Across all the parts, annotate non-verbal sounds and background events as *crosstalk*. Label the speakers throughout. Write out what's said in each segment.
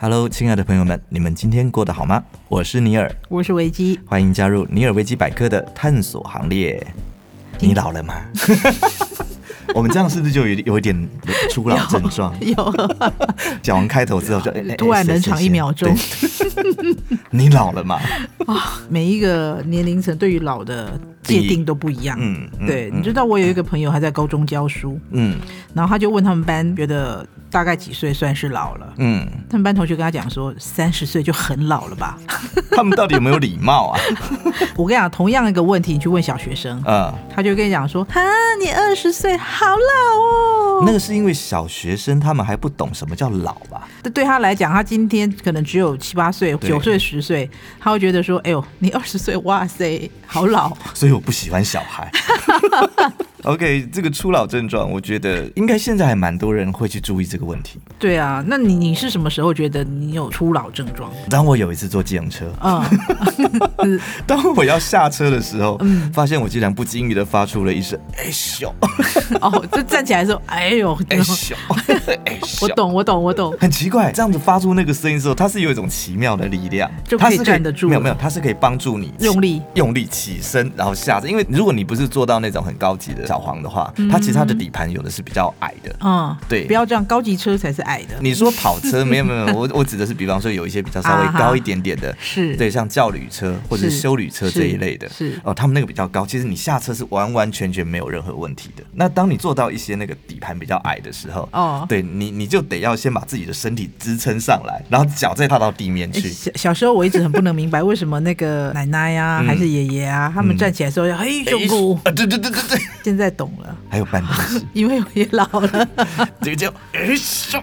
Speaker 1: Hello，亲爱的朋友们，你们今天过得好吗？我是尼尔，
Speaker 2: 我是维基。
Speaker 1: 欢迎加入尼尔维基百科的探索行列。你老了吗？
Speaker 2: *laughs*
Speaker 1: 我们这样是不是就有有一点初老症状？
Speaker 2: *laughs* 有，
Speaker 1: 讲完开头之后就哎哎哎
Speaker 2: 突然
Speaker 1: 谁
Speaker 2: 冷
Speaker 1: 谁
Speaker 2: 场
Speaker 1: 谁
Speaker 2: 一秒钟
Speaker 1: 对 *laughs* 你老了吗？
Speaker 2: 每一个年龄层对于老的界定都不一样。
Speaker 1: 嗯，嗯
Speaker 2: 对，你知道我有一个朋友，他在高中教书，
Speaker 1: 嗯
Speaker 2: 然后他就问他们班，觉得大概几岁算是老了？
Speaker 1: 嗯，
Speaker 2: 他们班同学跟他讲说，三十岁就很老了吧？ *laughs*
Speaker 1: 他们到底有没有礼貌啊？
Speaker 2: 我跟你讲，同样一个问题，你去问小学生，
Speaker 1: 嗯，
Speaker 2: 他就跟你讲说，啊，你二十岁好老哦。
Speaker 1: 那个是因为小学生他们还不懂什么叫老吧？
Speaker 2: *laughs* 对对他来讲，他今天可能只有七八岁、
Speaker 1: 对
Speaker 2: 九岁、十岁，他会觉得说：“哎呦，你二十岁，哇塞，好老。
Speaker 1: 所以我不喜欢小孩。OK，这个初老症状，我觉得应该现在还蛮多人会去注意这个问题。”
Speaker 2: 对啊，那你你是什么时候觉得你有初老症状？
Speaker 1: 当我有一次坐计程车，
Speaker 2: 嗯，
Speaker 1: 当我要下车的时候，
Speaker 2: 嗯
Speaker 1: 发现我竟然不经意的发出了一声“哎咻，
Speaker 2: 哦，就站起来说：“哎呦，
Speaker 1: 哎咻，哎咻”
Speaker 2: *laughs* 我。懂，我懂，我懂。
Speaker 1: 很奇怪，这样子发出那个声音的时候，它是有一种奇妙的力量，
Speaker 2: 就可
Speaker 1: 它
Speaker 2: 以
Speaker 1: 是
Speaker 2: 站得住
Speaker 1: 没有
Speaker 2: 了
Speaker 1: 没有，它是可以帮助你
Speaker 2: 用力
Speaker 1: 用力起身，然后下车。因为如果你不是坐到那种很高级的小黄的话，它其实它的底盘有的是比较矮的。
Speaker 2: 嗯，
Speaker 1: 对
Speaker 2: 不要这样，高级车才是矮的。
Speaker 1: 你说跑车没有没有，
Speaker 2: *laughs*
Speaker 1: 没有我我指的是比方说有一些比较稍微
Speaker 2: 啊哈
Speaker 1: 高一点点的，
Speaker 2: 是
Speaker 1: 对，像轿旅车或者
Speaker 2: 是
Speaker 1: 修旅车这一类的，
Speaker 2: 是是
Speaker 1: 哦，他们那个比较高，其实你下车是完完全全没有任何问题的。那当你坐到一些那个底盘比较矮的时候，
Speaker 2: 哦
Speaker 1: 对你你就得要先把自己的身体支撑上来，然后脚再踏到地面
Speaker 2: 哎
Speaker 1: 去。
Speaker 2: 小小时候我一直很不能明白，为什么那个奶奶呀、
Speaker 1: 嗯
Speaker 2: 还是爷爷啊，他们站起来的时候要嘿哎胸骨，
Speaker 1: 啊，对对对对对，
Speaker 2: 现在懂了，
Speaker 1: 还有半东
Speaker 2: *laughs*
Speaker 1: 西，
Speaker 2: 因为我也老了。
Speaker 1: *laughs* 这个叫哎咻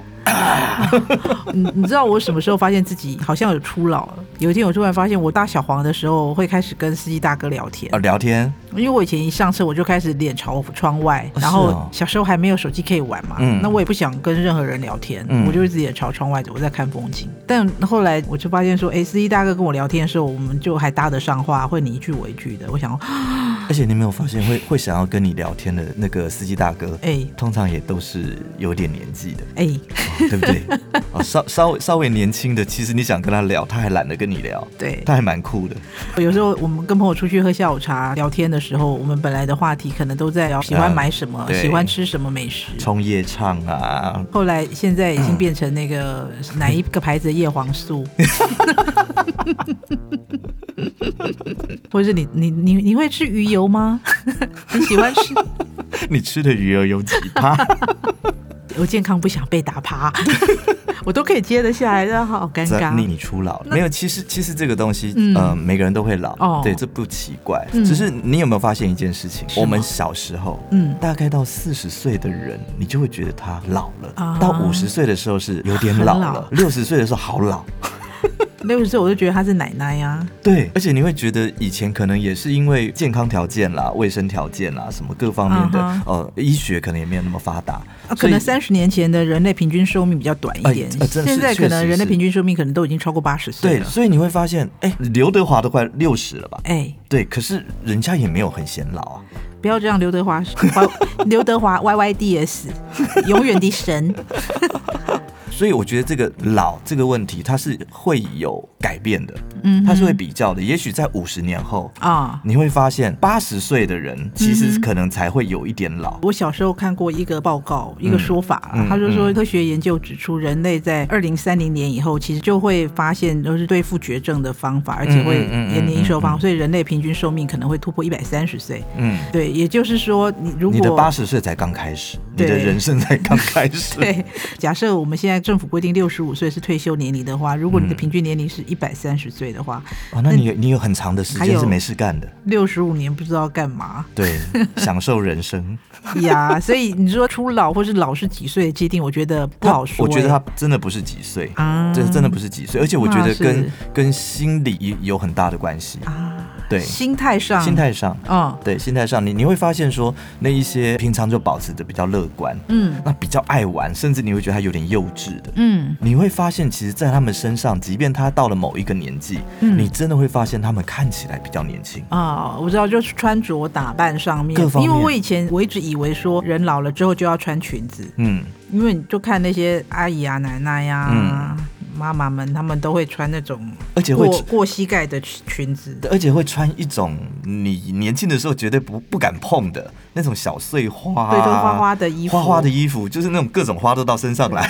Speaker 2: 你你知道我什么时候发现自己好像有初老了？有一天我突然发现，我搭小黄的时候会开始跟司机大哥聊天
Speaker 1: 啊，，聊天，
Speaker 2: 因为我以前一上车我就开始脸朝窗外，
Speaker 1: 哦
Speaker 2: 然
Speaker 1: 是
Speaker 2: 后
Speaker 1: 哦
Speaker 2: 小时候还没有手机可以玩嘛
Speaker 1: 嗯，
Speaker 2: 那我也不想跟任何人聊天
Speaker 1: 嗯，
Speaker 2: 我就一直脸朝窗外，我在看风景。但后来我就发现说，哎，司机大哥跟我聊天的时候，我们就还搭得上话，会你一句我一句的。我想， *gasps*
Speaker 1: 而且你有没有发现会会想要跟你聊天的那个司机大哥，
Speaker 2: 哎
Speaker 1: 通常也都是有点年纪的。
Speaker 2: 哎，
Speaker 1: *laughs* 对不对？哦，稍稍微稍微年轻的，其实你想跟他聊，他还懒得跟你聊， *laughs*
Speaker 2: 对
Speaker 1: 他还蛮酷的。
Speaker 2: 有时候我们跟朋友出去喝下午茶聊天的时候，我们本来的话题可能都在聊喜欢买什么
Speaker 1: 嗯、对
Speaker 2: 喜欢吃什么美食，
Speaker 1: 冲夜唱啊，
Speaker 2: 后来现在已经变成那个
Speaker 1: 嗯
Speaker 2: 哪一个牌子的叶黄
Speaker 1: *laughs*
Speaker 2: 素，或者是你你你你会吃鱼油吗？你喜欢吃？
Speaker 1: *laughs* 你吃的鱼儿有几
Speaker 2: *laughs*
Speaker 1: 趴？
Speaker 2: 我健康不想被打趴， *laughs* 我都可以接得下来，但好尴
Speaker 1: 在你
Speaker 2: 尬。
Speaker 1: 你初老了没有？其实其实这个东西，嗯、
Speaker 2: 嗯
Speaker 1: 每个人都会老，
Speaker 2: 哦
Speaker 1: 对，这不奇怪。
Speaker 2: 嗯
Speaker 1: 只是你有没有发现一件事情？
Speaker 2: 是吗
Speaker 1: 我们小时候，
Speaker 2: 嗯
Speaker 1: 大概到四十岁的人，你就会觉得他老了；
Speaker 2: 啊
Speaker 1: 到五十岁的时候是有点老
Speaker 2: 很
Speaker 1: 了
Speaker 2: 老，
Speaker 1: 六十岁的时候好老。
Speaker 2: 六十岁我就觉得她是奶奶啊呀、
Speaker 1: 对，而且你会觉得以前可能也是因为健康条件啦、卫生条件啦什么各方面的
Speaker 2: 嗯
Speaker 1: 呃，医学可能也没有那么发达，
Speaker 2: 啊，可
Speaker 1: 所
Speaker 2: 能
Speaker 1: 以
Speaker 2: 三十年前的人类平均寿命比较短一点，
Speaker 1: 哎呃真的是
Speaker 2: 现在可
Speaker 1: 确实
Speaker 2: 能
Speaker 1: 是
Speaker 2: 人类平均寿命可能都已经超过八十岁
Speaker 1: 对，
Speaker 2: 了。
Speaker 1: 所以你会发现，哎，刘德华都快六十了吧？
Speaker 2: 哎，
Speaker 1: 对，可是人家也没有很显老啊。
Speaker 2: 不要这样，刘德华，刘德华 *laughs* Y Y D S，永远的神。
Speaker 1: 所以我觉得这个老这个问题，它是会有改变的，
Speaker 2: 嗯哼
Speaker 1: 它是会比较的。也许在五十年后，
Speaker 2: 啊、嗯
Speaker 1: 你会发现八十岁的人其实可能才会有一点老。
Speaker 2: 我小时候看过一个报告，一个说法啦，
Speaker 1: 嗯
Speaker 2: 他就说科学研究指出，人类在二零三零年以后，其实就会发现都是对付绝症的方法，而且会
Speaker 1: 嗯嗯嗯
Speaker 2: 延年益寿
Speaker 1: 嗯
Speaker 2: 方法，所以人类平均寿命可能会突破一百三十岁。
Speaker 1: 嗯，
Speaker 2: 对，也就是说，你如
Speaker 1: 你的八
Speaker 2: 果
Speaker 1: 十岁才刚开始，你的
Speaker 2: 对
Speaker 1: 人生才刚开始。
Speaker 2: *laughs* 对，假设我们现在政府规定六十五岁是退休年龄的话，如果你的平均年龄是一百三十岁的话，
Speaker 1: 哦，那你有你有很长的时
Speaker 2: 还
Speaker 1: 间
Speaker 2: 有
Speaker 1: 是没事干的，
Speaker 2: 六十五年不知道干嘛。
Speaker 1: *laughs*
Speaker 2: *laughs*
Speaker 1: 对，享受人生。
Speaker 2: 呀，所以你说初老或是老是几岁的界定，我觉得不好说欸、
Speaker 1: 我觉得他真的不是几岁，
Speaker 2: 啊，
Speaker 1: 这真的不是几岁，而且我觉得
Speaker 2: 那是
Speaker 1: 跟跟心理有很大的关系。
Speaker 2: 啊，
Speaker 1: 对，
Speaker 2: 心态上，
Speaker 1: 心，态上，
Speaker 2: 嗯
Speaker 1: 对，心态上，你你会发现说，那一些平常就保持着比较乐观，
Speaker 2: 嗯
Speaker 1: 那比较爱玩，甚至你会觉得他有点幼稚的。
Speaker 2: 嗯，
Speaker 1: 你会发现，其实，在他们身上，即便他到了某一个年纪，
Speaker 2: 嗯
Speaker 1: 你真的会发现他们看起来比较年轻。
Speaker 2: 啊、我知道，就是穿着打扮上面，
Speaker 1: 各方面
Speaker 2: 因为我以前我一直以为说人老了之后就要穿裙子，
Speaker 1: 嗯，
Speaker 2: 因为你就看那些阿姨啊、奶奶呀、
Speaker 1: 嗯
Speaker 2: 妈妈们，她们都会穿那种
Speaker 1: 而且会
Speaker 2: 过过膝盖的裙裙子，
Speaker 1: 而且会穿一种你年轻的时候绝对不不敢碰的那种小碎花啊，
Speaker 2: 对都花花的衣服
Speaker 1: 花花的衣服，就是那种各种花都到身上来。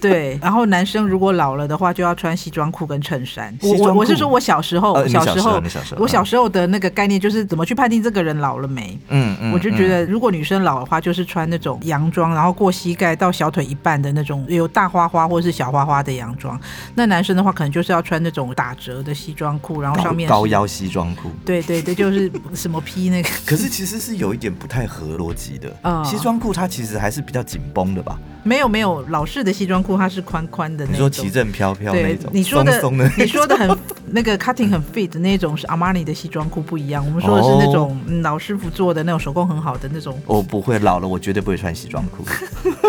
Speaker 2: 对。然后男生如果老了的话，就要穿西装裤跟衬衫。我
Speaker 1: 西装
Speaker 2: 我
Speaker 1: 裤
Speaker 2: 我是说我哦小时候，
Speaker 1: *laughs* 呃你小时候
Speaker 2: 时候
Speaker 1: 你小时候
Speaker 2: 我小时候的那个概念就是怎么去判定这个人老了没。
Speaker 1: 嗯嗯，
Speaker 2: 我就觉
Speaker 1: 嗯
Speaker 2: 得，如果女生老的话，就是穿那种洋装，然后过膝盖到小腿一半的那种有大花花或是小花花的洋装。那男生的话，可能就是要穿那种打折的西装裤，然后
Speaker 1: 高
Speaker 2: 上面是
Speaker 1: 高。腰西装裤。
Speaker 2: 对对对，就是什么披那个。
Speaker 1: 可是其实是有一点不太合逻辑的，
Speaker 2: 啊
Speaker 1: 西装裤它其实还是比较紧绷的吧？
Speaker 2: 没有没有，老式的西装裤它是宽宽的那
Speaker 1: 你说
Speaker 2: 种。
Speaker 1: 旗正飘飘那
Speaker 2: 对
Speaker 1: 种，，
Speaker 2: 你说的
Speaker 1: 松松的， *laughs*
Speaker 2: 你说的很那个 cutting 很 fit 的那种是阿玛尼的西装裤不一样，我们说的
Speaker 1: 哦
Speaker 2: 是那种、嗯老师傅做的那种手工很好的那种。
Speaker 1: 我不会老了，我绝对不会穿西装裤。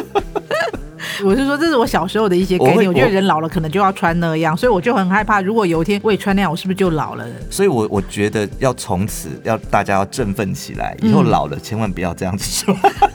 Speaker 2: *laughs* 我是说这是我小时候的一些概
Speaker 1: 我会
Speaker 2: 念，我觉得
Speaker 1: 我
Speaker 2: 人老了可能就要穿那样，所以我就很害怕，如果有一天我也穿那样，我是不是就老了？
Speaker 1: 所以我，我觉得要从此要大家要振奋起来，以后
Speaker 2: 嗯
Speaker 1: 老了千万不要这样子说。 *laughs*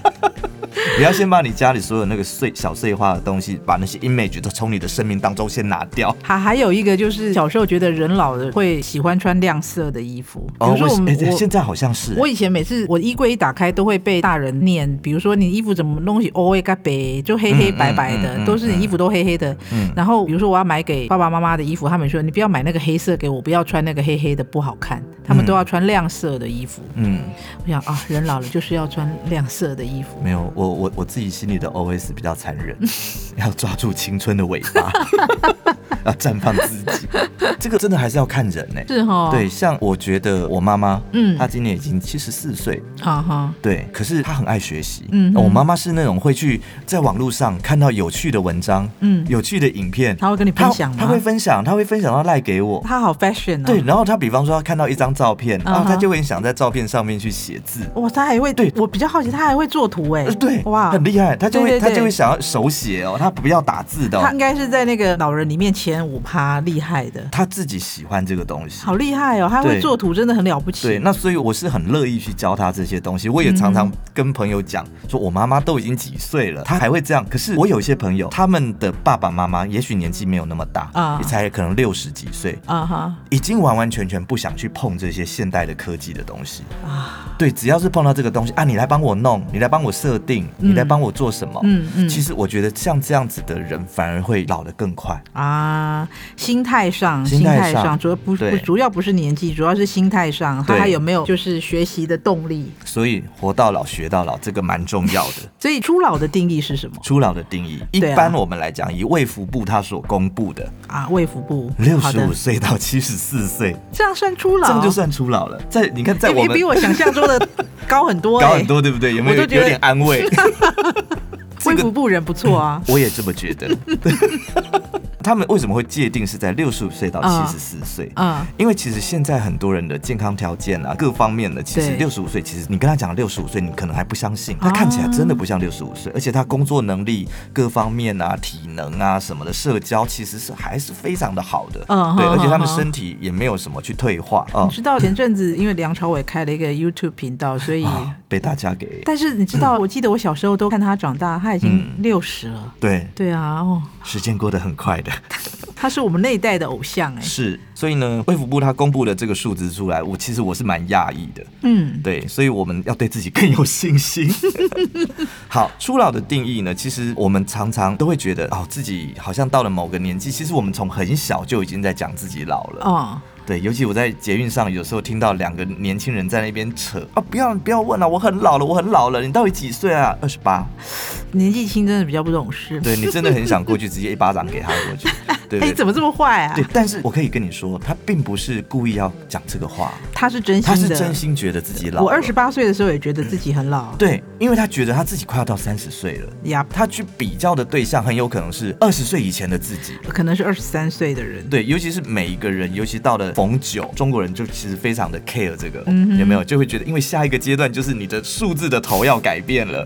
Speaker 1: 你要先把你家里所有那个碎小碎花的东西，把那些 image 都从你的生命当中先拿掉。
Speaker 2: 还 *laughs* 还有一个就是小时候觉得人老了会喜欢穿亮色的衣服，比如说我
Speaker 1: 为
Speaker 2: 们、
Speaker 1: 什哎
Speaker 2: 我
Speaker 1: 现在好像是
Speaker 2: 我以前每次我衣柜一打开，都会被大人念，比如说你衣服怎么弄起哦，嘎白，就黑黑白白的，
Speaker 1: 嗯嗯嗯
Speaker 2: 都是你衣服都黑黑的。
Speaker 1: 嗯
Speaker 2: 然后比如说我要买给爸爸妈妈的衣服，他们说你不要买那个黑色给我，不要穿那个黑黑的不好看，他们都要穿亮色的衣服。
Speaker 1: 嗯，
Speaker 2: 我想啊，人老了就是要穿亮色的衣服。
Speaker 1: 没有，我我我自己心里的 OS 比较残
Speaker 2: *laughs*
Speaker 1: 忍，要抓住青春的尾巴，要绽放自己。这个真的还是要哦看人呢、
Speaker 2: 是哈，
Speaker 1: 对，，像我觉得我妈妈，
Speaker 2: 嗯
Speaker 1: 她今年已经七十四岁，
Speaker 2: 啊哈，
Speaker 1: 对，可是她很爱学习。哦
Speaker 2: 嗯
Speaker 1: 我妈妈是那种会去在网络上看到有趣的文章、
Speaker 2: 嗯，
Speaker 1: 有趣的影片，
Speaker 2: 他会跟你分享吗？
Speaker 1: 她会分享，她会分享到赖给我。
Speaker 2: 他好 fashion 啊。
Speaker 1: 对，，然后她比方说她看到一张照片，然后
Speaker 2: 嗯
Speaker 1: 她
Speaker 2: 哼
Speaker 1: 就会想在照片上面去写字。
Speaker 2: 哇，他还会，
Speaker 1: 对
Speaker 2: 我比较好奇，他还会作图哎、
Speaker 1: 呃对，
Speaker 2: 哇，
Speaker 1: 很厉害，她就会
Speaker 2: 对对
Speaker 1: 她
Speaker 2: 对
Speaker 1: 就会想要手写哦，她不要打字的、
Speaker 2: 他
Speaker 1: 哦
Speaker 2: 应，该是在那个老人里面前五趴厉害的，
Speaker 1: 她自己喜欢这个东西。
Speaker 2: 好厉害哦！他
Speaker 1: 对
Speaker 2: 会做图，真的很了不起。
Speaker 1: 对，那所以我是很乐意去教他这些东西。我也常
Speaker 2: 嗯
Speaker 1: 常跟朋友讲，说我妈妈都已经几岁了，她还会这样。可是我有一些朋友，他们的爸爸妈妈也许年纪没有那么大，
Speaker 2: 啊
Speaker 1: 也才可能六十几岁，
Speaker 2: 啊哈
Speaker 1: 已经完完全全不想去碰这些现代的科技的东西。
Speaker 2: 啊，
Speaker 1: 对，只要是碰到这个东西啊，你来帮我弄，你来帮我设定，
Speaker 2: 嗯
Speaker 1: 你来帮我做什么？
Speaker 2: 嗯嗯
Speaker 1: 其实我觉得像这样子的人反而会老得更快。
Speaker 2: 啊，心态上，
Speaker 1: 心
Speaker 2: 心
Speaker 1: 态上
Speaker 2: 态主要不
Speaker 1: 对
Speaker 2: 不主要不是年纪，主要是心态上，他
Speaker 1: 对
Speaker 2: 还有没有就是学习的动力？
Speaker 1: 所以活到老学到老，这个蛮重要的。
Speaker 2: 所以初老的定义是什么
Speaker 1: 初老的定义，一
Speaker 2: 对啊
Speaker 1: 般我们来讲，以卫福部它所公布的
Speaker 2: 啊？卫福部
Speaker 1: 六
Speaker 2: 好
Speaker 1: 十
Speaker 2: 的
Speaker 1: 五，岁到七十四岁，
Speaker 2: 这样算初
Speaker 1: 这
Speaker 2: 老？
Speaker 1: 样就算初老了。在你看，在
Speaker 2: 比
Speaker 1: 我
Speaker 2: 比
Speaker 1: 们
Speaker 2: 比我想象中的高很
Speaker 1: *laughs*
Speaker 2: 多、欸，
Speaker 1: 高很。多，对不对？有没有
Speaker 2: 我都觉得
Speaker 1: 有点安
Speaker 2: *laughs*
Speaker 1: 慰？，
Speaker 2: 卫福部人不错啊
Speaker 1: 我也这么觉得。 *laughs* 他们为什么会界定是在六十五岁到七十四岁？
Speaker 2: 嗯，
Speaker 1: 因为其实现在很多人的健康条件啊，各方面的，其实
Speaker 2: 对啊
Speaker 1: 六十五岁，其实你跟他讲六十五岁，你可能还不相信，他看起来真的不像六十五岁，而且他工作能力各方面啊、体能啊什么的，社交其实是还是非常的好的，
Speaker 2: 嗯
Speaker 1: 对，
Speaker 2: 哼
Speaker 1: 而且他们
Speaker 2: 哼
Speaker 1: 身体也没有什么去退化啊
Speaker 2: 你，知道前阵子因为梁朝伟开了一个 YouTube 频道，所以。
Speaker 1: 啊被大家给
Speaker 2: 但是你知道，我记得我小时候都看他长大，他已经
Speaker 1: 嗯
Speaker 2: 六十了。
Speaker 1: 对，
Speaker 2: 对啊，哦，
Speaker 1: 时间过得很快的。
Speaker 2: 他是我们那一代的偶像哎、
Speaker 1: 是，所以呢，卫福部他公布了这个数字出来，我其实我是蛮讶异的。
Speaker 2: 嗯，
Speaker 1: 对，所以我们要对自己更有信心。 *laughs* 好，初老的定义呢，其实我们常常都会觉得哦，自己好像到了某个年纪，其实我们从很小就已经在讲自己老了。
Speaker 2: 哦，
Speaker 1: 对，尤其我在捷运上有时候听到两个年轻人在那边扯啊，不要不要问了、我很老了，我很老了，你到底几岁啊？二十八。
Speaker 2: 年纪轻真的比较不懂事。
Speaker 1: 对你真的很想过去，直接一巴掌给他过去，对不
Speaker 2: *laughs* 哎、
Speaker 1: 对？
Speaker 2: 怎么这么坏啊
Speaker 1: 对？，但是我可以跟你说，他并不是故意要讲这个话，
Speaker 2: 他是真
Speaker 1: 他
Speaker 2: 心
Speaker 1: 是
Speaker 2: 的。
Speaker 1: 真心觉得自己老了。
Speaker 2: 我二十八岁的时候也觉得自己很老。
Speaker 1: 对，因为他觉得他自己快要到三十岁了，
Speaker 2: 呀，
Speaker 1: 他去比较的对象很有可能是二十岁以前的自己。
Speaker 2: 可能是二十三岁的人。
Speaker 1: 对，尤其是每一个人，尤其到了逢九，中国人就其实非常的 care 这个，
Speaker 2: 嗯哼
Speaker 1: 有没有？就会觉得，因为下一个阶段就是你的数字的头要改变了，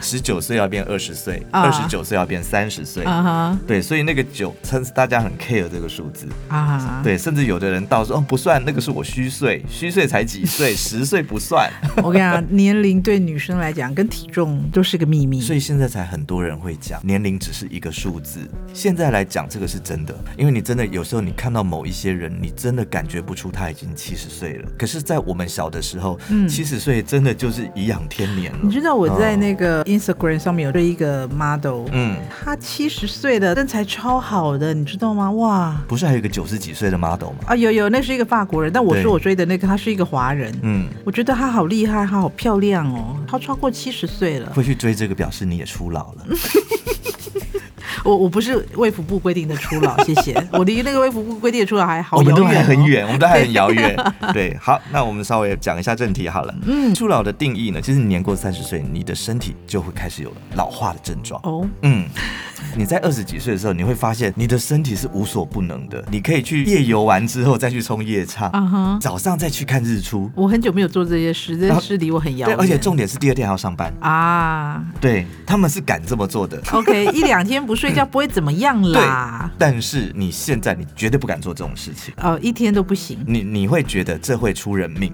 Speaker 1: 十九岁要变二十岁，
Speaker 2: 啊
Speaker 1: 二十九岁要变三十岁。
Speaker 2: 啊哈，
Speaker 1: 对，所以那个九，它它大家很 care 这个数字，
Speaker 2: 啊，
Speaker 1: 对，甚至有的人到说哦不算，那个是我虚岁， *laughs* 虚岁才几岁，十岁不算， *laughs*
Speaker 2: 我跟你讲，年龄对女生来讲跟体重都是个秘密。
Speaker 1: 所以现在才很多人会讲年龄只是一个数字。现在来讲这个是真的，因为你真的有时候你看到某一些人，你真的感觉不出他已经七十岁了。可是，在我们小的时候，七十岁真的就是颐养天年了。
Speaker 2: 嗯你知道我在
Speaker 1: 哦
Speaker 2: 那个 Instagram 上面有对一个 model，
Speaker 1: 嗯，
Speaker 2: 她七十岁的身材超好的，你知道吗？哇！
Speaker 1: 不是还有一个九十几岁的 model 吗？
Speaker 2: 啊，有有，那是一个法国人，但我
Speaker 1: 对
Speaker 2: 说我追的那个，他是一个华人。
Speaker 1: 嗯，
Speaker 2: 我觉得她好厉害，她好漂亮哦，她超过七十岁了。
Speaker 1: 会去追这个，表示你也初老了。
Speaker 2: 我我不是卫福部规定的
Speaker 1: *laughs*
Speaker 2: 初老，谢谢。我离那个卫福部规定的初老还好
Speaker 1: 我们
Speaker 2: 遥
Speaker 1: 都
Speaker 2: 远、
Speaker 1: 还
Speaker 2: 哦，
Speaker 1: 很。远，我们都还很遥
Speaker 2: *laughs*
Speaker 1: 远。对，好，那我们稍微讲一下正题好了。嗯，初老的定义呢，其实你年过三十岁，你的身体就会开始有老化的症状。
Speaker 2: 哦，
Speaker 1: 嗯，你在二十几岁的时候，你会发现你的身体是无所不能的。你可以去夜游完之后再去冲夜唱，
Speaker 2: 啊哈，
Speaker 1: 早上再去看日出。
Speaker 2: 我很久没有做这些事，这
Speaker 1: 然
Speaker 2: 些
Speaker 1: 后
Speaker 2: 事离我很遥
Speaker 1: 啊对，
Speaker 2: 远。
Speaker 1: 而且重点是第二天还要上班。
Speaker 2: 啊
Speaker 1: 对，他们是敢这么做的。
Speaker 2: ，OK，一两天不睡觉不会怎么样
Speaker 1: 对
Speaker 2: 啦。，
Speaker 1: 但是你现在你绝对不敢做这种事情，
Speaker 2: 呃，一天都不行，
Speaker 1: 你你会觉得这会出人命。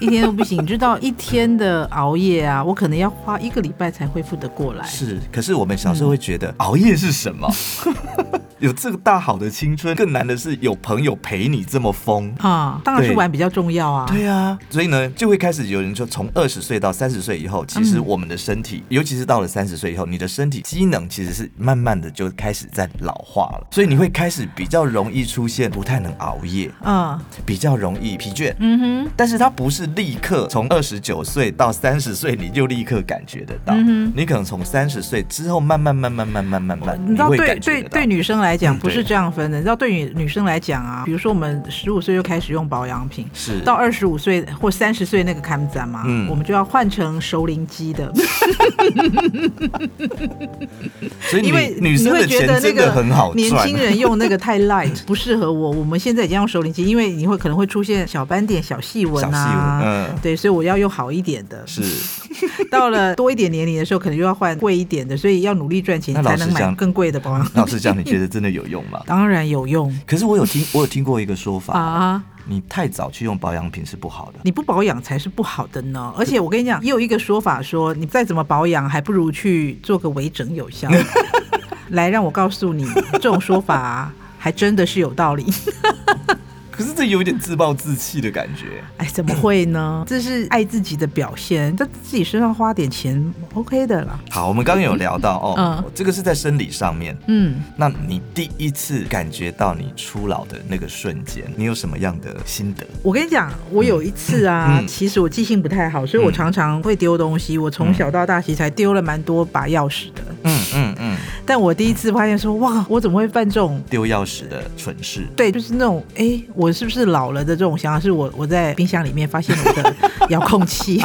Speaker 2: 一天都不行。你知道一天的熬夜啊，我可能要花一个礼拜才恢复得过来。
Speaker 1: 是，可是我们小时候会觉得熬夜是什么？ *laughs* 有这个大好的青春，更难的是有朋友陪你这么疯。
Speaker 2: 啊，当然是
Speaker 1: 对
Speaker 2: 玩比较重要啊。
Speaker 1: 对啊，所以呢，就会开始有人说，从二十岁到三十岁以后，其实我们的身体，尤其是到了三十岁以后，你的身体机能其实是慢慢的就开始在老化了，所以你会开始比较容易出现不太能熬夜，
Speaker 2: 嗯
Speaker 1: 比较容易疲倦。
Speaker 2: 嗯哼，
Speaker 1: 但是它不是立刻从二十九岁到三十岁你就立刻感觉得到，
Speaker 2: 嗯
Speaker 1: 你可能从三十岁之后慢慢慢慢慢慢慢慢，
Speaker 2: 哦你知道
Speaker 1: 会
Speaker 2: 对
Speaker 1: 感觉
Speaker 2: 对
Speaker 1: 得到
Speaker 2: 对。女生来讲
Speaker 1: 嗯
Speaker 2: 不是
Speaker 1: 对
Speaker 2: 这样分的，你知道对女女生来讲啊，比如说我们十五岁就开始用保养品，
Speaker 1: 是
Speaker 2: 到二十五岁或三十岁那个坎赞嘛，
Speaker 1: 嗯
Speaker 2: 我们就要换成熟龄肌的，
Speaker 1: 所以
Speaker 2: 因为
Speaker 1: *laughs* 女女
Speaker 2: 你
Speaker 1: 生
Speaker 2: 会
Speaker 1: 的
Speaker 2: 觉
Speaker 1: 钱
Speaker 2: 得那
Speaker 1: 真的
Speaker 2: 个
Speaker 1: 很好
Speaker 2: 年
Speaker 1: 赚啊
Speaker 2: 轻，人用那个
Speaker 1: *laughs*
Speaker 2: 太 light 不适合我，我们现在已经用熟龄肌，因为你会可能会出现小斑点、小细纹
Speaker 1: 小细
Speaker 2: 啊，
Speaker 1: 纹，嗯，
Speaker 2: 对，所以我要用好一点的。
Speaker 1: 是。
Speaker 2: *laughs* 到了多一点年龄的时候，可能又要换贵一点的，所以要努力赚钱
Speaker 1: 那老
Speaker 2: 才
Speaker 1: 实
Speaker 2: 能买
Speaker 1: 讲
Speaker 2: 更贵的保
Speaker 1: *laughs*
Speaker 2: 养。？
Speaker 1: 老实讲，你觉得真的有用吗
Speaker 2: 当然有用
Speaker 1: 可是我有听，我有听过一个说法，
Speaker 2: *laughs* 啊！
Speaker 1: 你太早去用保养品是不好的。
Speaker 2: 你不保养才是不好的呢。而且我跟你讲，也有一个说法说，你再怎么保养，还不如去做个微整有效。来，让我告诉你，这种说法、还真的是有道理。 *laughs*
Speaker 1: 可是这有点自暴自弃的感觉。
Speaker 2: 哎，怎么会呢？这是爱自己的表现，在自己身上花点钱，OK 的啦。
Speaker 1: 好，我们刚刚有聊到哦
Speaker 2: 嗯，
Speaker 1: 这个是在生理上面。
Speaker 2: 嗯，
Speaker 1: 那你第一次感觉到你初老的那个瞬间，你有什么样的心得？
Speaker 2: 我跟你讲，我有一次啊，
Speaker 1: 嗯
Speaker 2: 其实我记性不太好，所以我
Speaker 1: 嗯
Speaker 2: 常常会丢东西。我从小到大其实才丢了蛮多把钥匙的，
Speaker 1: 嗯嗯嗯，
Speaker 2: 但我第一次发现说，哇，我怎么会犯这种
Speaker 1: 丢钥匙的蠢事。
Speaker 2: 对，就是那种哎、诶我是不是老了的这种想法，是我我在冰箱里面发现我
Speaker 1: *laughs*
Speaker 2: 的遥控器，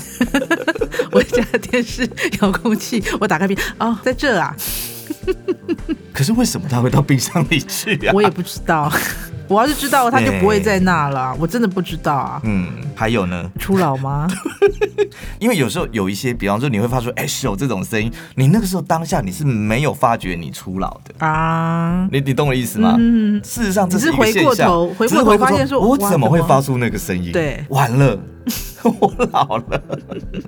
Speaker 2: *laughs* 我家的电视遥控器，我打开冰哦，在这
Speaker 1: *laughs*
Speaker 2: 啊，
Speaker 1: 可是为什么他会到冰箱里去啊？
Speaker 2: 我也不知道， *laughs* 我要是知道，它就不会在那了，我真的不知道啊，
Speaker 1: 嗯，还有呢，
Speaker 2: 初老吗？ *laughs*
Speaker 1: 因为有时候有一些，比方说你会发出哎咻这种声音，你那个时候当下你是没有发觉你初老的，
Speaker 2: 啊，
Speaker 1: 你你懂我意思吗？
Speaker 2: 嗯，
Speaker 1: 事实上这是一
Speaker 2: 你
Speaker 1: 个
Speaker 2: 是回
Speaker 1: 现
Speaker 2: 过
Speaker 1: 象
Speaker 2: 头回过
Speaker 1: 只是
Speaker 2: 头发现说
Speaker 1: 我
Speaker 2: 哇
Speaker 1: 怎么
Speaker 2: 怎
Speaker 1: 会
Speaker 2: 么
Speaker 1: 发出那个声音？
Speaker 2: 对
Speaker 1: 完了。 *laughs* 我老了，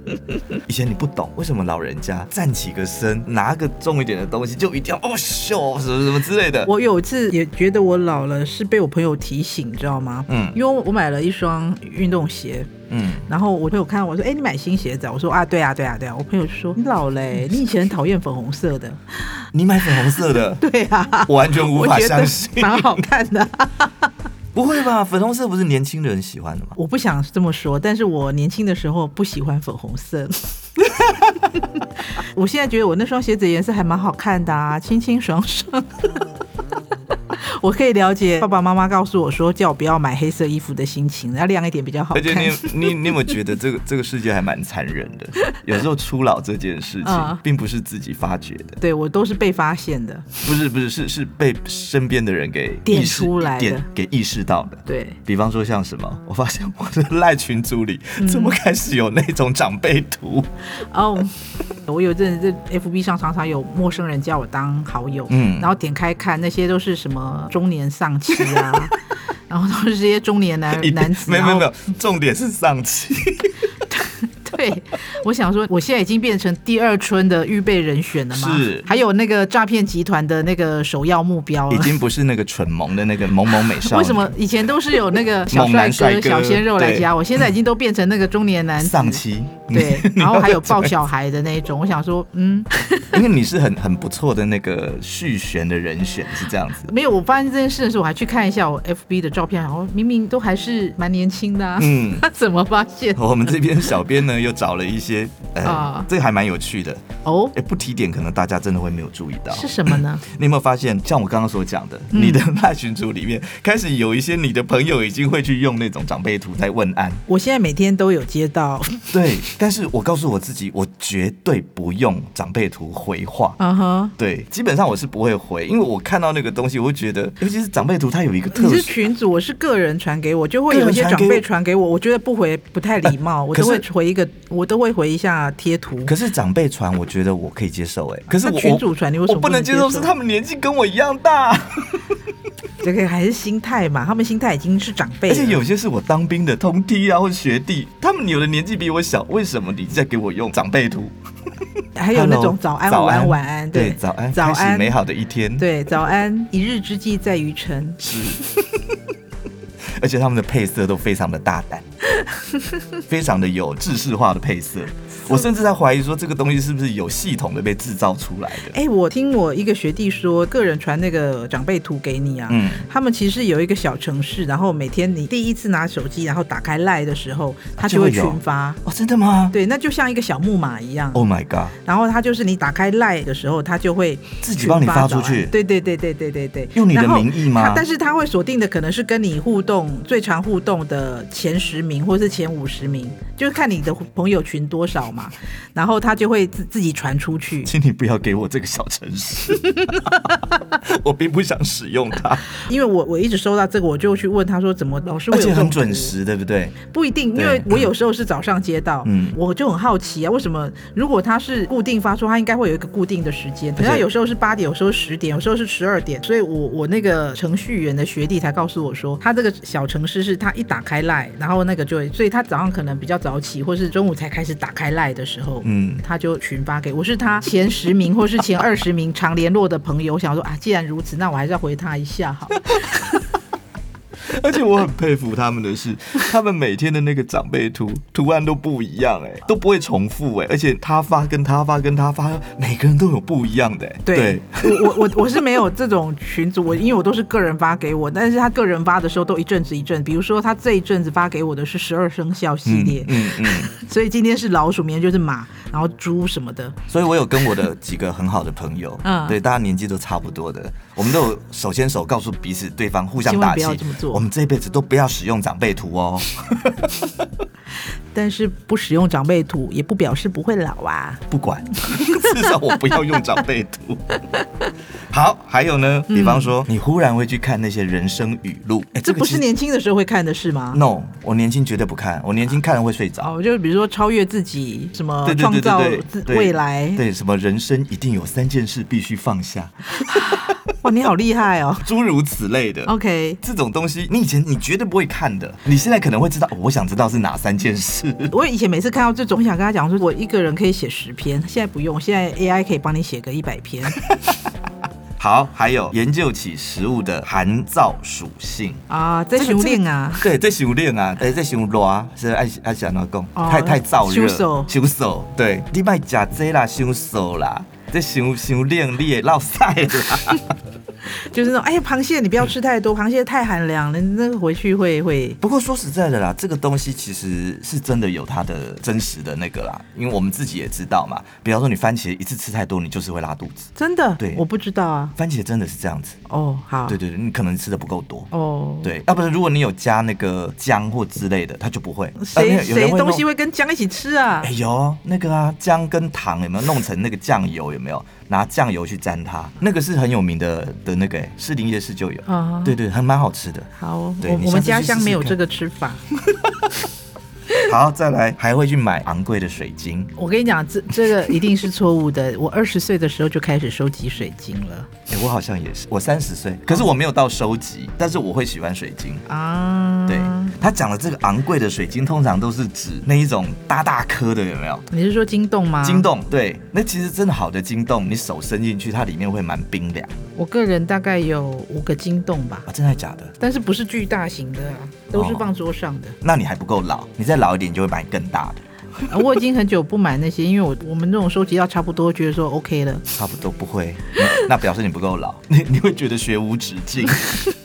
Speaker 1: *laughs* 以前你不懂为什么老人家站起个身，拿个重一点的东西就一定要哦咻什么什么之类的。
Speaker 2: *laughs* 我有一次也觉得我老了，是被我朋友提醒，你知道吗？
Speaker 1: 嗯
Speaker 2: 因为我买了一双运动鞋，
Speaker 1: 嗯，
Speaker 2: 然后我朋友看我说：“哎、你买新鞋子、啊？”我说：“啊，对啊，对啊，对啊。”我朋友就说：“你老嘞、你以前很讨厌粉红色的。
Speaker 1: 你买粉红色的”，
Speaker 2: *laughs* 对啊，
Speaker 1: 我完全无
Speaker 2: 我
Speaker 1: 法
Speaker 2: 觉得
Speaker 1: 相信。
Speaker 2: 蛮好看的。
Speaker 1: 不会吧？粉红色不是年轻人喜欢的
Speaker 2: *laughs*
Speaker 1: 吗？
Speaker 2: 我不想这么说，但是我年轻的时候不喜欢粉红色。 *laughs* 我现在觉得我那双鞋子颜色还蛮好看的啊，清清爽爽。 *laughs* 我可以了解爸爸妈妈告诉我说叫我不要买黑色衣服的心情，要亮一点比较好
Speaker 1: 而
Speaker 2: 看。
Speaker 1: 且你你你有没有觉得这个这个世界还蛮残忍
Speaker 2: *laughs*
Speaker 1: 的？有时候初老这件事
Speaker 2: 嗯
Speaker 1: 情，并不是自己发觉的，
Speaker 2: *laughs* 对我都是被发现的，
Speaker 1: 不是不是是是被身边的人给
Speaker 2: 点
Speaker 1: 意识
Speaker 2: 出来的
Speaker 1: 点给意识到的。
Speaker 2: 对。
Speaker 1: 比方说像什么，我发现
Speaker 2: 嗯
Speaker 1: 我的赖群组里怎么开始有那种长辈图，
Speaker 2: 哦、 *laughs* 我有阵子在 FB 上常常有陌生人加我当好友，
Speaker 1: 嗯
Speaker 2: 然后点开看，那些都是什么中年丧妻啊， *laughs* 然后都是这些中
Speaker 1: *laughs*
Speaker 2: 年男嗯男子，哦
Speaker 1: 没有没有没
Speaker 2: 然后
Speaker 1: 有，重点是上期。
Speaker 2: *laughs* 对，我想说，我现在已经变成第二春的预备人选了嘛，
Speaker 1: 是
Speaker 2: 还有那个诈骗集团的那个首要目标
Speaker 1: 已
Speaker 2: 了。
Speaker 1: 经不是那个蠢萌的那个萌萌美少女。
Speaker 2: 哦为什么以前都是有那个小
Speaker 1: 猛男
Speaker 2: 帅
Speaker 1: 帅哥
Speaker 2: 哥、小鲜肉来
Speaker 1: 对
Speaker 2: 加我，现在已经都变成那个中年男子
Speaker 1: 丧妻？
Speaker 2: *laughs* 对，然后还有抱小孩的那一种，我想说，嗯，
Speaker 1: 因为你是很很不错的那个续弦的人选，是这样子。
Speaker 2: 没有。我发现这件事的时候，我还去看一下我 FB 的照片，然后明明都还是蛮年轻的、啊，
Speaker 1: 嗯，
Speaker 2: 他 *laughs* 怎么发现？
Speaker 1: 我们这边小编呢又找了一些，呃，
Speaker 2: 啊
Speaker 1: 这个还蛮有趣的。
Speaker 2: 哦，
Speaker 1: 哎，不提点可能大家真的会没有注意到。
Speaker 2: 是什么呢？
Speaker 1: 你有没有发现，像我刚刚所讲的，
Speaker 2: 嗯
Speaker 1: 你的赖群组里面开始有一些你的朋友已经会去用那种长辈图在问案。
Speaker 2: 我现在每天都有接到，
Speaker 1: 对，但是我告诉我自己，我绝对不用长辈图回话。
Speaker 2: 嗯哼，
Speaker 1: 对，基本上我是不会回，因为我看到那个东西，我会觉得，尤其是长辈图，它有一个
Speaker 2: 你
Speaker 1: 特殊。
Speaker 2: 是群主，我是个人传给我，就会
Speaker 1: 个人
Speaker 2: 有一些
Speaker 1: 传
Speaker 2: 长
Speaker 1: 给
Speaker 2: 辈
Speaker 1: 我哎
Speaker 2: 传给我，我觉得不回不太礼貌，我
Speaker 1: 可
Speaker 2: 都
Speaker 1: 是
Speaker 2: 会回一个，我都会回一下贴图。
Speaker 1: 可是长辈传，我觉得我可以接受、哎，可是
Speaker 2: 那
Speaker 1: 我
Speaker 2: 群主传你为
Speaker 1: 我
Speaker 2: 什
Speaker 1: 我
Speaker 2: 么
Speaker 1: 不能接受是他们年纪跟我一样大，
Speaker 2: 啊这个还是心态嘛，他们心态已经是长辈
Speaker 1: 而
Speaker 2: 了，
Speaker 1: 且有些是我当兵的通梯啊，或者学弟，他们有的年纪比我小，为什么你在给我用长辈图？
Speaker 2: 还有那
Speaker 1: Hello，
Speaker 2: 种早安、
Speaker 1: 早
Speaker 2: 午安、
Speaker 1: 安、
Speaker 2: 晚安，
Speaker 1: 对，早安，
Speaker 2: 早
Speaker 1: 开始
Speaker 2: 安，
Speaker 1: 美好的一天，，
Speaker 2: 对，早安，一日之计在于晨。
Speaker 1: 而且他们的配色都非常的大
Speaker 2: *laughs*
Speaker 1: 胆，非常的有制式化的配色，我甚至在怀疑说这个东西是不是有系统的被制造出来的。
Speaker 2: 哎、我听我一个学弟说，个人传那个长辈图给你啊。
Speaker 1: 嗯，
Speaker 2: 他们其实有一个小城市，然后每天你第一次拿手机，然后打开赖的时候，它就会
Speaker 1: 就会有
Speaker 2: 群发。
Speaker 1: 哦，真的吗
Speaker 2: 对，那就像一个小木马一样。
Speaker 1: ？Oh my god！
Speaker 2: 然后它就是你打开赖的时候，它就会
Speaker 1: 自己帮你发
Speaker 2: 群
Speaker 1: 出去
Speaker 2: 早安对对对对对对对，
Speaker 1: 用你的
Speaker 2: 然后
Speaker 1: 名义吗
Speaker 2: 它但是它会锁定的可能是跟你互动最常互动的前十名，或是前五十名，就是看你的朋友群多少嘛。然后它就会自自己传出去。
Speaker 1: 请你不要给我这个小城
Speaker 2: *laughs*
Speaker 1: 市，我并不想使用它，
Speaker 2: 因为我我一直收到这个，我就去问他说怎么老师会
Speaker 1: 而
Speaker 2: 有
Speaker 1: 且
Speaker 2: 这
Speaker 1: 很
Speaker 2: 种
Speaker 1: 准
Speaker 2: 图，
Speaker 1: 时，对不对？
Speaker 2: 不一定，因
Speaker 1: 对
Speaker 2: 为我有时候是早上接到，
Speaker 1: 嗯
Speaker 2: 我就很好奇啊，为什么如果他是固定发出，他应该会有一个固定的时间，可
Speaker 1: 而且
Speaker 2: 是它有时候是八点，有时候十点，有时候是十二点，所以我我那个程序员的学弟才告诉我说，他这个小程式是他一打开赖，然后那个就会，所以他早上可能比较早起，或是中午才开始打开赖的时候，
Speaker 1: 嗯，
Speaker 2: 他就群发给我，是他前十名或是前二十名常联络的朋友，我想说啊，既然如此，那我还是要回他一下好了。
Speaker 1: 而且我很佩服他们的是，他们每天的那个长辈图图案都不一样、哎，都不会重复、哎，而且他发跟他发跟他发，每个人都有不一样的、哎
Speaker 2: 对，我我我我是没有这种群组，我因为我都是个人发给我，但是他个人发的时候都一阵子一阵，比如说他这一阵子发给我的是十二生肖系列，
Speaker 1: 嗯嗯嗯，
Speaker 2: 所以今天是老鼠，明天就是马，然后猪什么的，
Speaker 1: *laughs* 所以我有跟我的几个很好的朋友，
Speaker 2: 嗯
Speaker 1: 对，大家年纪都差不多的，我们都有手牵手告诉彼此对方互相
Speaker 2: 千万
Speaker 1: 打
Speaker 2: 不
Speaker 1: 气
Speaker 2: 要这么做，
Speaker 1: 我们这辈子都不要使用长辈图哦。
Speaker 2: 但是不使用长辈图也不表示不会老啊。
Speaker 1: 不
Speaker 2: *laughs*
Speaker 1: 管，至少我不要用长辈图。 *laughs* 好，还有呢，比方说、你忽然会去看那些人生语录，哎、
Speaker 2: 嗯这
Speaker 1: 个
Speaker 2: 不
Speaker 1: 其
Speaker 2: 是
Speaker 1: 实嗯
Speaker 2: 年轻的时候会看的事吗？
Speaker 1: No，我年轻绝对不看，我年轻看了会睡着。
Speaker 2: 哦，就是比如说超越自己，什么
Speaker 1: 对对
Speaker 2: 创
Speaker 1: 对
Speaker 2: 造
Speaker 1: 对
Speaker 2: 自
Speaker 1: 对对，
Speaker 2: 未来。嗯
Speaker 1: 对什么人生一定有三件事必须放下，
Speaker 2: 哇，你好厉害哦
Speaker 1: 诸如此类的。
Speaker 2: ！OK，
Speaker 1: 这种东西，你以前你绝对不会看的，你现在可能会知道，哦我想知道是哪三件事。 *laughs*
Speaker 2: 我以前每次看到这种，我想跟他讲说，我一个人可以写十篇，现在不用，现在 AI 可以帮你写个一百篇。
Speaker 1: 好，还有研究起食物的含皂属性。
Speaker 2: 啊，在修炼啊，
Speaker 1: 对，在想冷啊，哎，在想热啊，是爱爱想哪讲？
Speaker 2: 哦
Speaker 1: 太太燥热，
Speaker 2: 伤手
Speaker 1: 伤手，对，你卖食这啦，伤手啦，这想想冷，你也落晒啦。
Speaker 2: 就是那种哎呀，螃蟹你不要吃太多，螃蟹太寒凉了，你那个回去会会。
Speaker 1: 不过说实在的啦，这个东西其实是真的有它的真实的那个啦，因为我们自己也知道嘛。比方说你番茄一次吃太多，你就是会拉肚子，
Speaker 2: 真的，
Speaker 1: 对
Speaker 2: 我不知道啊。
Speaker 1: 番茄真的是这样子。
Speaker 2: 哦，好，
Speaker 1: 对对对，你可能吃的不够多。
Speaker 2: 哦，，
Speaker 1: 对，啊要不然如果你有加那个姜或之类的，它就不会。啊没
Speaker 2: 谁
Speaker 1: 有有人
Speaker 2: 谁
Speaker 1: 会
Speaker 2: 东
Speaker 1: 弄
Speaker 2: 西会跟姜一起吃啊
Speaker 1: 哎？呦，那个啊，姜跟糖有没有弄成那个酱油？有没有拿酱油去沾它？那个是很有名的的那个、哎，士林夜市就有。
Speaker 2: 啊，
Speaker 1: 对，对，还蛮好吃的。
Speaker 2: 好，我
Speaker 1: 对你下
Speaker 2: 我们
Speaker 1: 次去
Speaker 2: 家乡
Speaker 1: 试试
Speaker 2: 没有
Speaker 1: 看
Speaker 2: 这个吃法。
Speaker 1: 好，再来还会去买昂贵的水晶。
Speaker 2: 我跟你讲，这这个一定是错误的。我二十岁的时候就开始收集水晶了
Speaker 1: 哎、我好像也是，我三十岁，可是我没有到收集，但是我会喜欢水晶。
Speaker 2: 啊。
Speaker 1: 对他讲的这个昂贵的水晶，通常都是指那一种大大颗的，有没有？
Speaker 2: 你是说金洞吗？
Speaker 1: 晶。洞，对，那其实真的好的晶洞，你手伸进去，它里面会蛮冰凉
Speaker 2: 我个人大概有五个金洞吧，
Speaker 1: 啊，真的假的？
Speaker 2: 但是不是巨大型的、啊，都是
Speaker 1: 哦
Speaker 2: 放桌上的。
Speaker 1: 那你还不够老，你再老一点，你就会买更大的，
Speaker 2: 啊我已经很久不买那些，因为我我们这种收集到差不多，觉得说 OK 了。
Speaker 1: 差不多不会，那那表示你不够老， *laughs* 你你会觉得学无止境。 *laughs*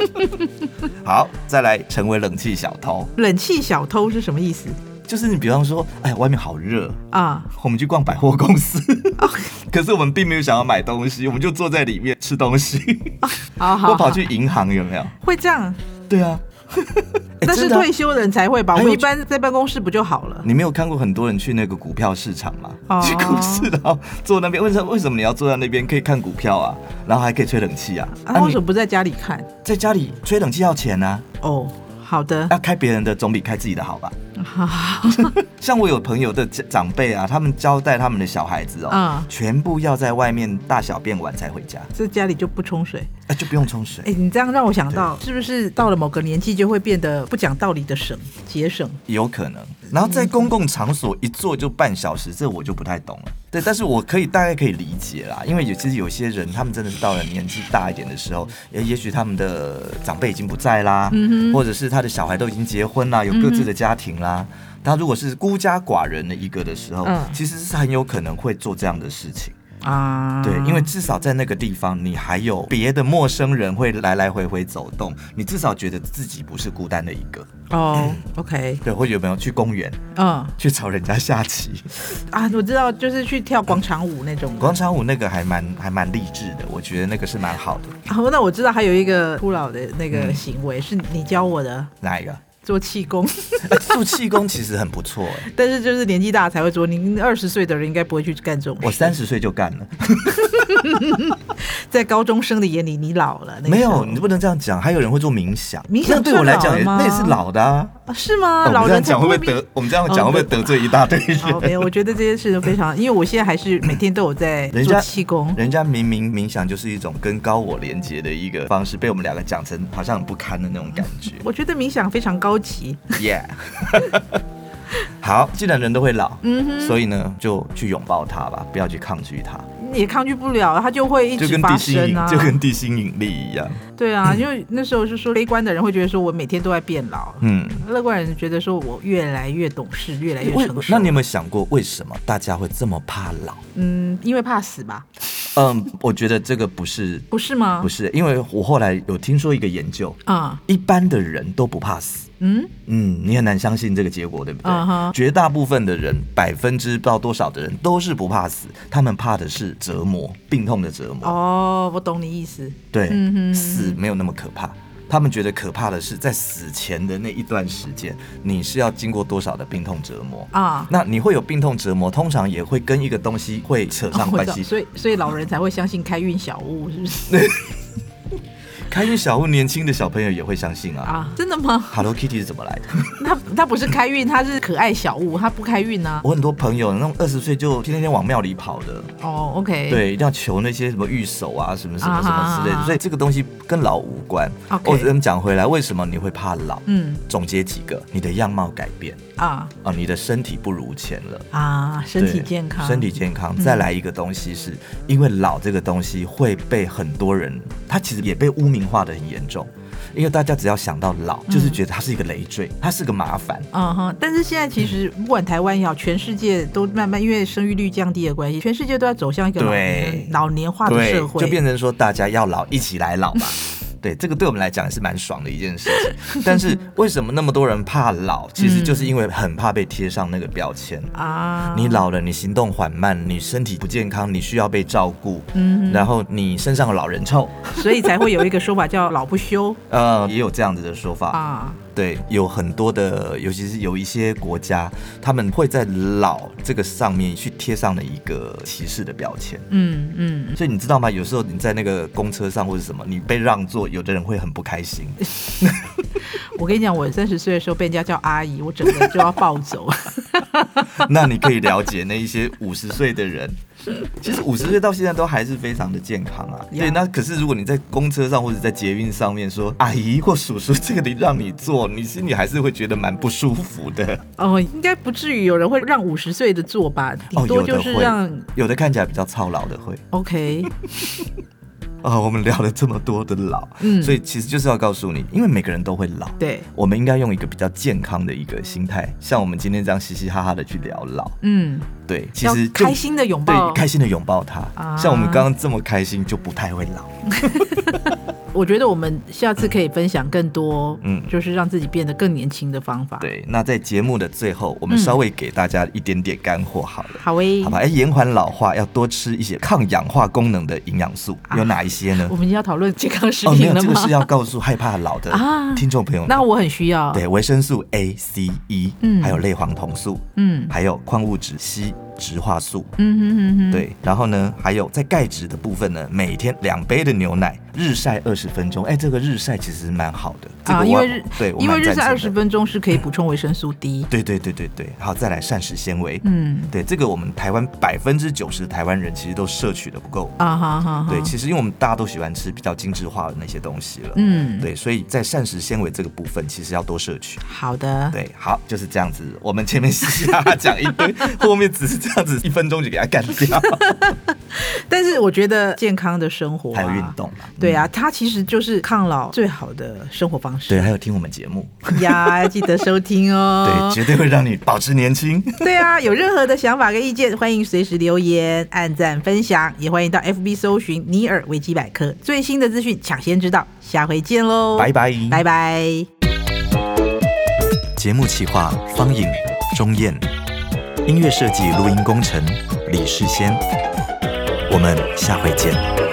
Speaker 1: 好，再来成为冷气小偷，
Speaker 2: 冷气小偷是什么意思
Speaker 1: 就是你比方说，哎，外面好热，
Speaker 2: 啊？
Speaker 1: *laughs* 我们去逛百货公司，
Speaker 2: 哦
Speaker 1: 可是我们并没有想要买东西，我们就坐在里面吃东西， *laughs*
Speaker 2: 好哦好
Speaker 1: 或跑
Speaker 2: 好
Speaker 1: 去银行，有没有？
Speaker 2: 会这样，
Speaker 1: 对
Speaker 2: *laughs*
Speaker 1: 啊，哎
Speaker 2: 那是
Speaker 1: 真的啊
Speaker 2: 退休的人才会吧？我
Speaker 1: 还有
Speaker 2: 们一般在办公室不就好了？
Speaker 1: 你没有看过很多人去那个股票市场吗？
Speaker 2: 哦
Speaker 1: 去股市，然后坐那边，为什么为什么你要坐在那边可以看股票啊？然后还可以吹冷气啊？
Speaker 2: 啊，为
Speaker 1: 你
Speaker 2: 什么不在家里看？
Speaker 1: 在家里吹冷气要钱啊？
Speaker 2: 哦，好的，
Speaker 1: 那、开别人的总比开自己的好吧？像我有朋友的家长辈啊，他们交代他们的小孩子哦，
Speaker 2: 嗯
Speaker 1: 全部要在外面大小便完才回家，
Speaker 2: 在家里就不冲水。
Speaker 1: 哎、就不用冲水。
Speaker 2: 哎，你这样让我想到，是不是到了某个年纪就会变得不讲道理的省节省？
Speaker 1: 有可能，然后在公共场所一坐就半小时，这我就不太懂了。对，但是我可以大概可以理解啦，因为有其实有些人他们真的是到了年纪大一点的时候，也也许他们的长辈已经不在啦，或者是他的小孩都已经结婚啦，有各自的家庭啦。他如果是孤家寡人的一个的时候，
Speaker 2: 嗯
Speaker 1: 其实是很有可能会做这样的事情。
Speaker 2: 啊，
Speaker 1: 对，因为至少在那个地方，你还有别的陌生人会来来回回走动，你至少觉得自己不是孤单的一个。
Speaker 2: 哦，OK，
Speaker 1: 对，或者有没有去公园？
Speaker 2: 嗯
Speaker 1: 去找人家下棋。
Speaker 2: 啊，我知道，就是去跳广场舞那种。
Speaker 1: *laughs* 广场舞那个还蛮还蛮励志的，我觉得那个是蛮好的。
Speaker 2: 好，那我知道还有一个初老的那
Speaker 1: 嗯
Speaker 2: 个行为是你教我的，
Speaker 1: 哪一个？
Speaker 2: 做气功。
Speaker 1: 呃做气功其实很不
Speaker 2: *laughs*
Speaker 1: 错、哎
Speaker 2: 但是就是年纪大才会做，您二十岁的人应该不会去干这种事。
Speaker 1: 我三十岁就干了，
Speaker 2: 在高中生的眼里，你老了。那个
Speaker 1: 没
Speaker 2: 时候
Speaker 1: 有，你不能这样讲。还有人会做冥想，
Speaker 2: 冥想
Speaker 1: 那对我来讲
Speaker 2: 算老
Speaker 1: 也
Speaker 2: 了吗
Speaker 1: 那也是老的啊。
Speaker 2: 啊是吗？
Speaker 1: 哦
Speaker 2: 老
Speaker 1: 我们这
Speaker 2: 人
Speaker 1: 样
Speaker 2: 才
Speaker 1: 讲会不会
Speaker 2: 冥
Speaker 1: 得？我们这样讲会不会
Speaker 2: 哦对
Speaker 1: 得罪一大堆人？
Speaker 2: 哦，没有，我觉得这件事情非常，因为我现在还是每天都有在
Speaker 1: 人
Speaker 2: 做
Speaker 1: 家
Speaker 2: 气功。。
Speaker 1: *laughs* 人家明明冥想就是一种跟高我连接的一个方式，被我们两个讲成好像很不堪的那种感觉
Speaker 2: *laughs* 我觉得冥想非常高级， *laughs*
Speaker 1: Yeah 。好，既然人都会老，
Speaker 2: 嗯哼，
Speaker 1: 所以呢，就去拥抱它吧，不要去抗拒它。
Speaker 2: 也抗拒不了，它就会一
Speaker 1: 就
Speaker 2: 直
Speaker 1: 跟
Speaker 2: 发
Speaker 1: 地心
Speaker 2: 生
Speaker 1: 引
Speaker 2: 啊。
Speaker 1: 就跟地心引力一样，
Speaker 2: 对啊，因为那时候是说悲观的人会觉得说我每天都在变老，
Speaker 1: 嗯。
Speaker 2: 乐观人觉得说我越来越懂事，越来越
Speaker 1: 为
Speaker 2: 成熟。
Speaker 1: 那你有没有想过，为什么大家会这么怕老？
Speaker 2: 嗯，因为怕死吧？
Speaker 1: 嗯，我觉得这个不是，
Speaker 2: 不是吗？
Speaker 1: 不
Speaker 2: 是
Speaker 1: 是，因为我后来有听说一个研究，
Speaker 2: 啊，
Speaker 1: 一般的人都不怕死。
Speaker 2: 嗯，
Speaker 1: 嗯，你很难相信这个结果，对不对
Speaker 2: 嗯哼
Speaker 1: 绝大部分的人，百分之不知道多少的人都是不怕死，他们怕的是折磨、病痛的折磨。
Speaker 2: 哦，我懂你意思。
Speaker 1: 对，
Speaker 2: 嗯哼
Speaker 1: 死没有那么可怕。他们觉得可怕的是，在死前的那一段时间，你是要经过多少的病痛折磨
Speaker 2: 啊
Speaker 1: 那你会有病痛折磨，通常也会跟一个东西会扯上
Speaker 2: 哦 *laughs* 我
Speaker 1: 关
Speaker 2: 知道
Speaker 1: 系。
Speaker 2: 所以所以老人才会相信开运小物，是不是
Speaker 1: 开运小物，年轻的小朋友也会相信啊。
Speaker 2: 啊？真的吗？
Speaker 1: Hello Kitty 是怎么来的？
Speaker 2: 它它不是开运，它是可爱小物，它不开运啊。
Speaker 1: 我很多朋友那种二十岁就天天往庙里跑的，
Speaker 2: 哦，OK，，
Speaker 1: 对，一定要求那些什么玉手啊，什么什么什么之类
Speaker 2: 啊哈啊
Speaker 1: 的。
Speaker 2: 哈
Speaker 1: 所以这个东西跟老无关。
Speaker 2: OK
Speaker 1: 我们讲回来，为什么你会怕老？
Speaker 2: 嗯
Speaker 1: 总结几个，你的样貌改变
Speaker 2: 啊
Speaker 1: 啊，你的身体不如前了。
Speaker 2: 啊，身体
Speaker 1: 对
Speaker 2: 健康，嗯
Speaker 1: 身体健康。再来一个东西是，因为老这个东西会被很多人，他其实也被污名化的很严重，因为大家只要想到老，就是觉得它是一个累赘，它是个麻烦。
Speaker 2: 嗯哼，但是现在其
Speaker 1: 嗯
Speaker 2: 实不管台湾也好，全世界都慢慢因为生育率降低的关系，全世界都在走向一个老
Speaker 1: 对
Speaker 2: 年老年化的社会，
Speaker 1: 就变成说大家要老，一起来老
Speaker 2: *laughs*
Speaker 1: 吧。对，这个对我们来讲也是蛮爽的一件事情。但是为什么那么多人怕老？其实就是因为很怕被贴上那个标签。*laughs*
Speaker 2: 啊，
Speaker 1: 你老了，你行动缓慢，你身体不健康，你需要被照顾，
Speaker 2: 嗯
Speaker 1: 然后你身上有老人臭，
Speaker 2: 所以才会有一个说法叫“老不休
Speaker 1: 呃，也有这样子的说”法。
Speaker 2: 啊。
Speaker 1: 对，有很多的，尤其是有一些国家，他们会在“老”这个上面去贴上了一个歧视的标签。
Speaker 2: 嗯嗯，
Speaker 1: 所以你知
Speaker 2: *laughs*
Speaker 1: 道吗？有时候你在那个公车上或者什么，你被让座，有的人会很不开心。
Speaker 2: 我跟你讲，我三十岁的时候被人家叫阿姨，我整个人就要
Speaker 1: *laughs*
Speaker 2: 暴走。
Speaker 1: 那你可以了解那一些五十岁的人，其实五十岁到现在都还是非常的健康啊。
Speaker 2: Yeah
Speaker 1: 对，那可是如果你在公车上或者在捷运上面说阿姨或叔叔，这个得让你坐，你心里还是会觉得蛮不舒服的。
Speaker 2: 哦，应该不至于有人会让五十岁的做吧，顶
Speaker 1: 哦，有
Speaker 2: 多
Speaker 1: 的
Speaker 2: 就是
Speaker 1: 会
Speaker 2: 让、，
Speaker 1: 有的看起来比较操劳的会。
Speaker 2: OK。
Speaker 1: *laughs* 啊、我们聊了这么多的老，
Speaker 2: 嗯
Speaker 1: 所以其实就是要告诉你，因为每个人都会老，
Speaker 2: 对，
Speaker 1: 我们应该用一个比较健康的一个心态，像我们今天这样嘻嘻哈哈的去聊老，
Speaker 2: 嗯，
Speaker 1: 对，其
Speaker 2: 要
Speaker 1: 实就
Speaker 2: 开心的拥抱
Speaker 1: 对，开心的拥抱它。
Speaker 2: 啊
Speaker 1: 像我们刚刚这么开心，就不太会老。
Speaker 2: 我觉得我们下次可以分享更多，
Speaker 1: 嗯
Speaker 2: 就是让自己变得更年轻的方法。，
Speaker 1: 对，那在节目的最后，我们
Speaker 2: 嗯
Speaker 1: 稍微给大家一点点干货好了。
Speaker 2: 好诶、
Speaker 1: 好吧，哎，延缓老化要多吃一些抗氧化功能的营养素，有哪一些呢
Speaker 2: 啊我？们要讨论健康食
Speaker 1: 哦，没
Speaker 2: 品
Speaker 1: 有，
Speaker 2: 了
Speaker 1: 这个
Speaker 2: 吗？
Speaker 1: 是要告诉害怕老的
Speaker 2: 啊
Speaker 1: 听众朋友们。
Speaker 2: 那我很需要。，
Speaker 1: 对，维生素 A、C、E，
Speaker 2: 嗯
Speaker 1: 还有类黄酮素，
Speaker 2: 嗯
Speaker 1: 还有矿物质硒、植化素。
Speaker 2: 嗯哼哼哼，，
Speaker 1: 对，然后呢，还有在钙质的部分呢，每天两杯的牛奶，日晒二十分钟。哎，这个日晒其实蛮好的，这个
Speaker 2: 啊，
Speaker 1: 我
Speaker 2: 因为
Speaker 1: 要
Speaker 2: 日
Speaker 1: 对，我
Speaker 2: 因为
Speaker 1: 蛮
Speaker 2: 日
Speaker 1: 赞
Speaker 2: 晒
Speaker 1: 成
Speaker 2: 二
Speaker 1: 的
Speaker 2: 十分钟是可以补充维生素 D。
Speaker 1: 对对对对对，好，再来膳食纤维，
Speaker 2: 嗯
Speaker 1: 对，这个我们台湾百分之九十台湾人其实都摄取的不够。
Speaker 2: 啊哈哈哈，
Speaker 1: 对，其实因为我们大家都喜欢吃比较精致化的那些东西了，
Speaker 2: 嗯，
Speaker 1: 对，所以在膳食纤维这个部分，其实要多摄取。
Speaker 2: 好的，
Speaker 1: 对，好，就是这样子。我们前面嘻嘻哈哈讲一堆，后面只是这样子，一分钟就给它干掉。
Speaker 2: 但是我觉得健康的生活、啊，
Speaker 1: 还有运动嗯嘛，
Speaker 2: 对啊，它其实就是抗老最好的生活方
Speaker 1: 对，
Speaker 2: 式
Speaker 1: 还有听我们节目，
Speaker 2: *laughs* 呀，要记得收听哦 *laughs*
Speaker 1: 对，。绝对会让你保持年轻。
Speaker 2: 对啊，有任何的想法跟意见，欢迎随时留言、按赞、分享，也欢迎到 FB 搜寻“尼尔维基百科”，最新的资讯抢先知道。下回见喽，
Speaker 1: 拜拜，
Speaker 2: 拜拜。
Speaker 1: 节目企划：方颖、钟燕，音乐设计、录音工程：李世先。我们下回见。